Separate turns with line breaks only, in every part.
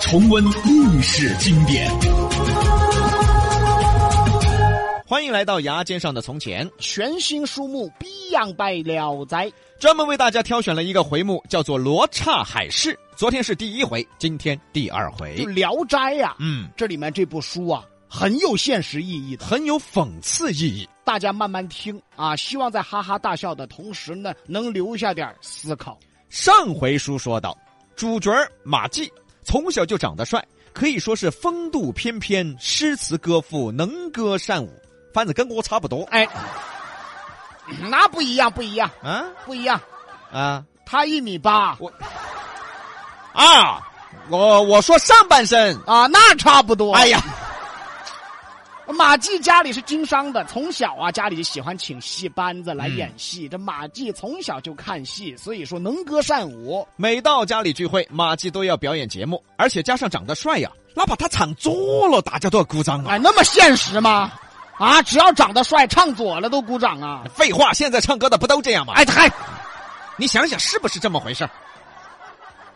重温历史经典。
欢迎来到牙尖上的从前，
全新书目《逼样百聊斋》。
专门为大家挑选了一个回目，叫做《罗刹海市》。昨天是第一回，今天第二
就
回。
《聊斋》呀、
嗯，
这里面这部书啊，很有现实意义的，
很有讽刺意义。
大家慢慢听啊，希望在哈哈大笑的同时呢，能留下点思考。
上回书说到，主角儿马季从小就长得帅，可以说是风度翩翩，诗词歌赋，能歌善舞，反正跟我差不多。
哎，嗯那不一样，不一样，
啊
不一样。
啊
他一米八
啊！我我说上半身，
啊，那差不多。
哎，呀，
马季家里是经商的，从小啊家里就喜欢请戏班子来演戏。这马季从小就看戏，所以说能歌善舞。
每到家里聚会，马季都要表演节目，而且加上长得帅呀、哪怕他唱左了，大家都要鼓掌啊。
哎，那么现实吗？啊，只要长得帅，唱左了都鼓掌啊！
废话，现在唱歌的不都这样吗？哎，
哎，还
你想想是不是这么回事儿？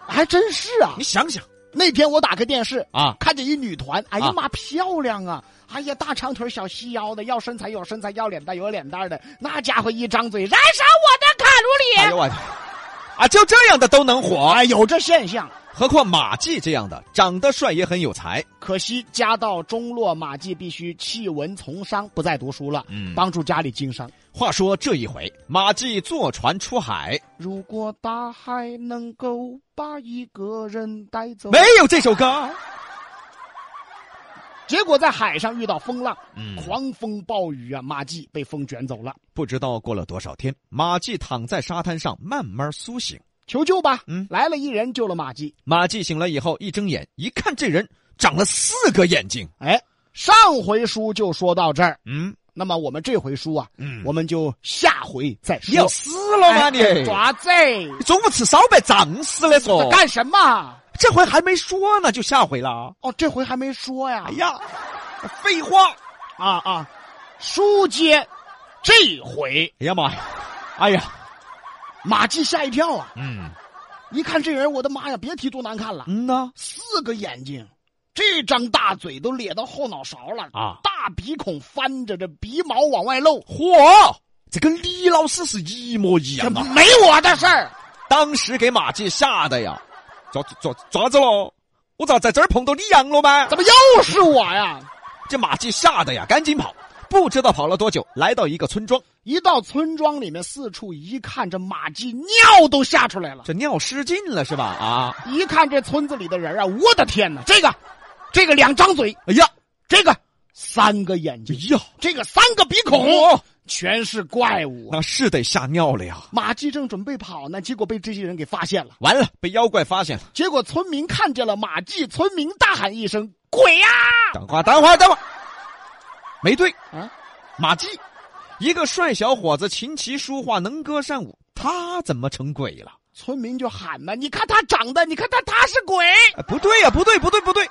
还真是啊
你！想想
那天我打开电视，
啊，
看见一女团，哎呀
啊
妈，漂亮啊！哎呀，大长腿小细腰的，要身材有身材，要脸蛋有脸蛋的，那家伙一张嘴，燃烧我的卡路
哎
里！
呦我，啊，就这样的都能火，
哎，有这现象。
何况马季这样的，长得帅也很有才。
可惜家道中落，马季必须弃文从商，不再读书了，
嗯
帮助家里经商。
话说这一回，马季坐船出海，
如果大海能够把一个人带走，
没有这首歌，
结果在海上遇到风浪，
嗯
狂风暴雨啊，马季被风卷走了，
不知道过了多少天，马季躺在沙滩上慢慢苏醒。
求救吧！
嗯
来了一人救了马季。
马季醒了以后，一睁眼一看，这人长了四个眼睛。
哎，上回书就说到这儿，
嗯
那么我们这回书啊，
嗯哎
我们就下回再
你要
说。哎
死了吗你？
爪子，
你中午吃烧白胀死了说
这。干什么？
这回还没说呢，就下回了。
哦，这回还没说呀。
哎呀，废话！
啊啊，书接这回，
哎呀妈呀！哎呀，
马季吓一跳啊！
嗯
一看这人，我的妈呀，别提多难看了，
嗯呐
四个眼睛，这张大嘴都咧到后脑勺了，
啊，
大鼻孔翻着，这鼻毛往外露，
嚯！这跟李老师是一模一
这
样啊！
没我的事儿。
当时给马季吓得呀，抓抓抓子喽！我咋在这儿碰到李阳了吗
怎？么又是我呀？
这马季吓得呀，赶紧跑！不知道跑了多久，来到一个村庄，
一到村庄里面，四处一看，这马季尿都吓出来了。
这尿失禁了是吧？啊！
一看这村子里的人啊，我的天哪！这个，这个两张嘴，
哎呀，
这个三个眼
哎
睛，
呀，
这个三个鼻孔，
哦
全是怪物。啊
那是得吓尿了呀！
马季正准备跑呢，结果被这些人给发现了。
完了，被妖怪发现了。
结果村民看见了马季，村民大喊一声：“鬼啊呀、
等会儿，等会儿，等会儿，没对
啊！
马季，一个帅小伙子，琴棋书画，能歌善舞，他怎么成鬼了？
村民就喊呢：“你看他长得，你看他，他是鬼。
哎，不对呀、不对，不对，不对，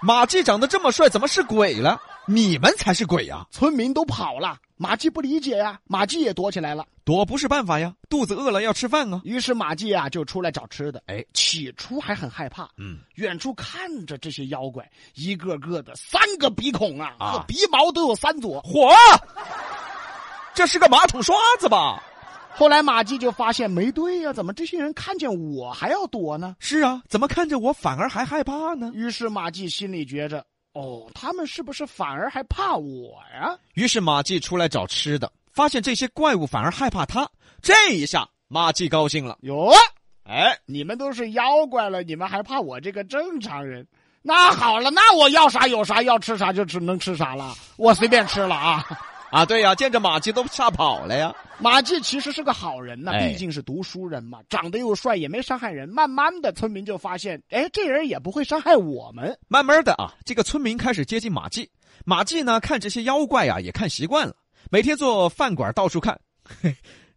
马季长得这么帅，怎么是鬼了？你们才是鬼呀、”
村民都跑了，马季不理解呀、马季也躲起来了。
躲不是办法呀，肚子饿了要吃饭啊。
于是马季啊就出来找吃的。
哎，
起初还很害怕，
嗯，
远处看着这些妖怪，一个个的三个鼻孔啊，
啊
这鼻毛都有三撮。
火，这是个马桶刷子吧？
后来马季就发现没对呀、怎么这些人看见我还要躲呢？
是啊，怎么看着我反而还害怕呢？
于是马季心里觉着，哦，他们是不是反而还怕我呀？
于是马季出来找吃的，发现这些怪物反而害怕他。这一下，马季高兴了，
哟，
哎。
你们都是妖怪了，你们还怕我这个正常人？那好了，那我要啥有啥，要吃啥就只能吃啥了，我随便吃了啊！
啊，对呀、见着马季都吓跑了呀。
马季其实是个好人呐、
哎
毕竟是读书人嘛，长得又帅，也没伤害人。慢慢的，村民就发现，哎，这人也不会伤害我们。
慢慢的啊，这个村民开始接近马季，马季呢看这些妖怪啊呀、也看习惯了，每天做饭馆到处看。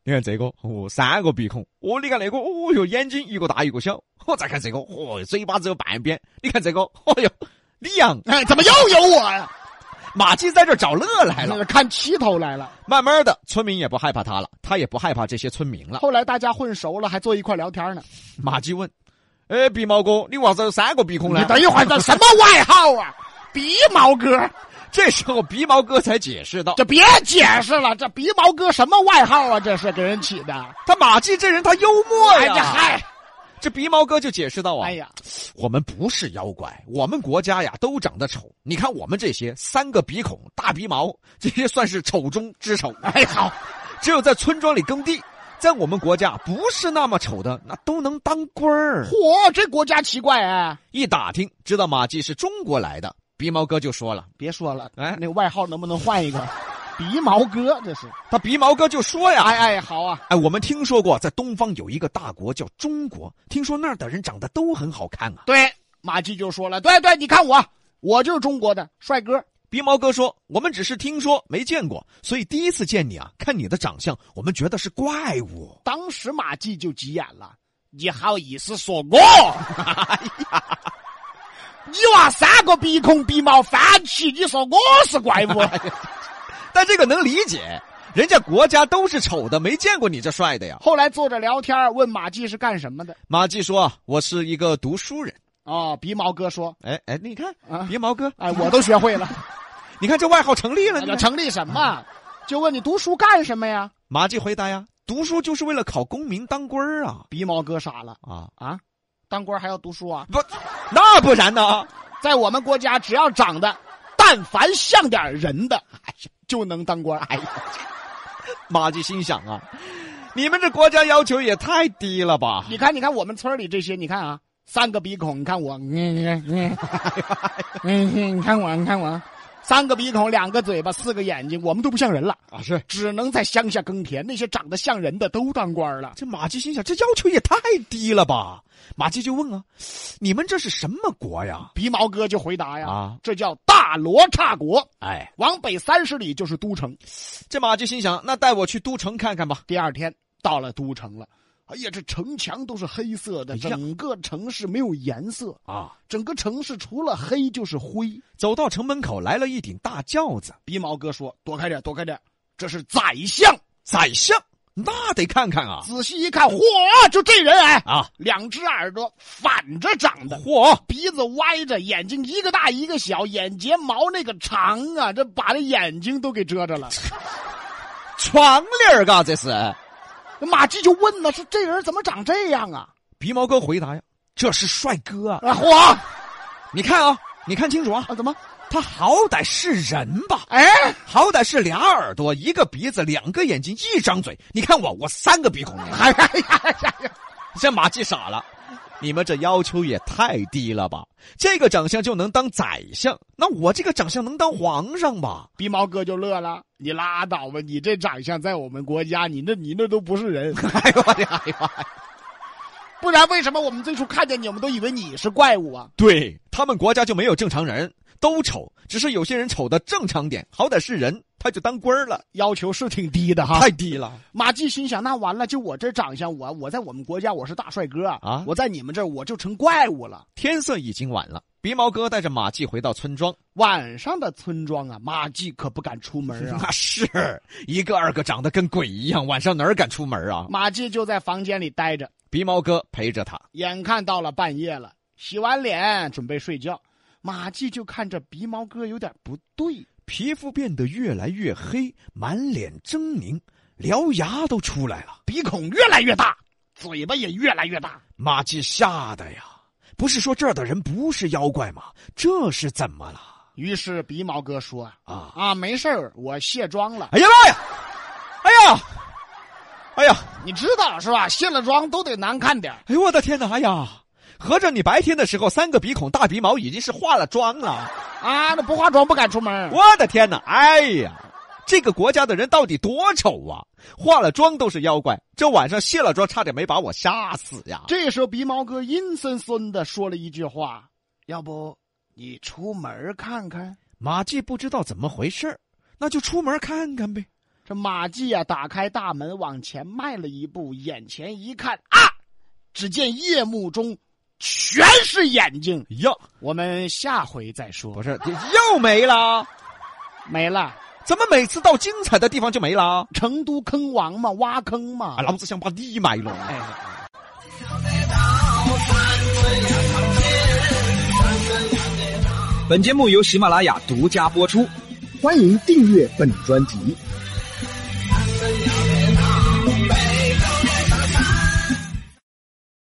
你看这个，哦，三个鼻孔；哦，你看那个，哦哟，眼睛一个大一个小；哦，再看这个，哦，嘴巴只有半边；你看这个，哦哟，李阳
哎，怎么又有我呀、
马季在这儿找乐来了。
哎看七头来了。
慢慢的，村民也不害怕他了，他也不害怕这些村民了。
后来大家混熟了，还坐一块聊天呢。
马季问：“哎，鼻毛哥，你为啥子有三个鼻孔呢
你？”等一会儿，这什么外号啊？ 鼻毛哥，
这时候鼻毛哥才解释道
这别解释了，这鼻毛哥什么外号啊？这是给人起的。：“
他马季这人他幽默
哎
呀。
呀，嗨，
这鼻毛哥就解释道啊：“
哎呀，
我们不是妖怪，我们国家呀都长得丑。你看我们这些三个鼻孔、大鼻毛， 这些算是丑中之 丑。
哎好，
只有在村庄里耕地，在我们国家不是那么丑的，那都能当官儿。
嚯，这国家奇怪啊！
一打听知道马季是中国来的，鼻毛哥就说了，
别说了，
哎
那个外号能不能换一 个？鼻毛哥，这是。
他鼻毛哥就说呀，
哎哎，好啊，
哎，我们听说过，在东方有一个大国叫中国，听说那儿的人长得都很好看啊。
对，马季就说了，对对，你看我，我就是中国的帅哥。
鼻毛哥说，我们只是听说没见过，所以第一次见你啊，看你的长相，我们觉得是怪物。
当时马季就急眼了，你好意思说我？ 你娃三个鼻孔鼻毛翻起，你说我是怪物？啊
但这个能理解，人家国家都是丑的，没见过你这帅的呀。
后来坐着聊天儿，问马季是干什么的。
马季说：“我是一个读书人。
哦，鼻毛哥说”
哎哎，你看，：“
啊，
鼻毛哥，
哎，我都学会了。
你看这外号成立了。你
啊那
看
成立什么？就问你读书干什么呀
马季回答呀：“读书就是为了考功名当官儿啊？”
鼻毛哥傻了
啊，
啊！当官还要读书啊？
那不然呢？
在我们国家，只要长得但凡像点儿人的， 哎呀，就能当官。哎呀，
马季心想啊，你们这国家要求也太低了吧？
你看，你看我们村儿里这些，你看啊，三个鼻孔，你看我， 嗯嗯嗯，嗯，你看我，你看我，三个鼻孔，两个嘴巴，四个眼睛，我们都不像人了，
啊，是
只能在乡下耕田。那些长得像人的都当官了。
这马季心想，这要求也太低了吧？马季就问啊，你们这是什么国呀？
鼻毛哥就回答哎呀，
啊
这叫大罗刹国，
哎，
往北三十里就是都城。
这马季心想，那带我去都城看看吧。
第二天到了都城了，哎呀，这城墙都是黑色的，
哎呀
整个城市没有颜色，
啊，
整个城市除了黑就是灰。
走到城门口，来了一顶大轿子，
鼻毛哥说：“躲开点，躲开点，这是宰相。
宰相，那得看看啊”
仔细一看，嚯，就这人哎，
啊！
两只耳朵反着长的，
嚯，
鼻子歪着，眼睛一个大一个小，眼睫毛那个长啊，这把这眼睛都给遮着了。
窗帘儿嘎，这是。
马季就问了：“说这人怎么长这样啊
鼻毛哥回答呀：“这是帅哥？”啊！
啊，嚯，啊
你看啊，你看清楚啊，
怎么？
他好歹是人吧？
哎，
好歹是俩耳朵、一个鼻子、两个眼睛、一张嘴。你看我，我三个鼻孔。
哎呀呀呀呀！
这马季傻了，你们这要求也太低了吧？这个长相就能当宰相，那我这个长相能当皇上吧？
鼻毛哥就乐了：“你拉倒吧，你这长相在我们国家，你那你那都不是人。”
哎呦我的哎呦！
不然为什么我们最初看见你，我们都以为你是怪物啊？
对他们国家就没有正常人，都丑，只是有些人丑的正常点，好歹是人，他就当官儿了，
要求是挺低的哈。
太低了。
马季心想，那完了，就我这长相，我我在我们国家我是大帅哥
啊
我在你们这儿我就成怪物了。
天色已经晚了，鼻毛哥带着马季回到村庄，
晚上的村庄啊，马季可不敢出门 啊。
那是一个二个长得跟鬼一样，晚上哪儿敢出门啊？
马季就在房间里待着，
鼻毛哥陪着他，
眼看到了半夜了，洗完脸准备睡觉，马季就看着鼻毛哥有点不对，
皮肤变得越来越黑，满脸狰狞，獠牙都出来了。
鼻孔越来越大，嘴巴也越来越大。
马季吓得呀，不是说这儿的人不是妖怪吗？这是怎么了
于是鼻毛哥说
啊？
啊，没事儿，我卸妆了。
哎呀妈呀！哎呀，哎呀！
你知道是吧？卸了妆都得难看点儿。
哎呦我的天哪！哎呀，合着你白天的时候三个鼻孔大鼻毛已经是化了妆了。
啊，那不化妆不敢出门。
我的天哪！哎呀，这个国家的人到底多丑啊！化了妆都是妖怪，这晚上卸了妆差点没把我杀死呀！
这时候，鼻毛哥阴森森的说了一句话：“要不你出门看看
马季不知道怎么回事儿那就出门看看呗。？”
这马季啊，打开大门往前迈了一步，眼前一看啊，只见夜幕中全是眼睛。
呀，
我们下回再说
不。是 这又没了？
没了，
怎么每次到精彩的地方就没了？
成都坑王嘛，挖坑嘛。
啊，老子想把你埋了！
哎。
本节目由喜马拉雅独家播出。
欢迎订阅本专辑，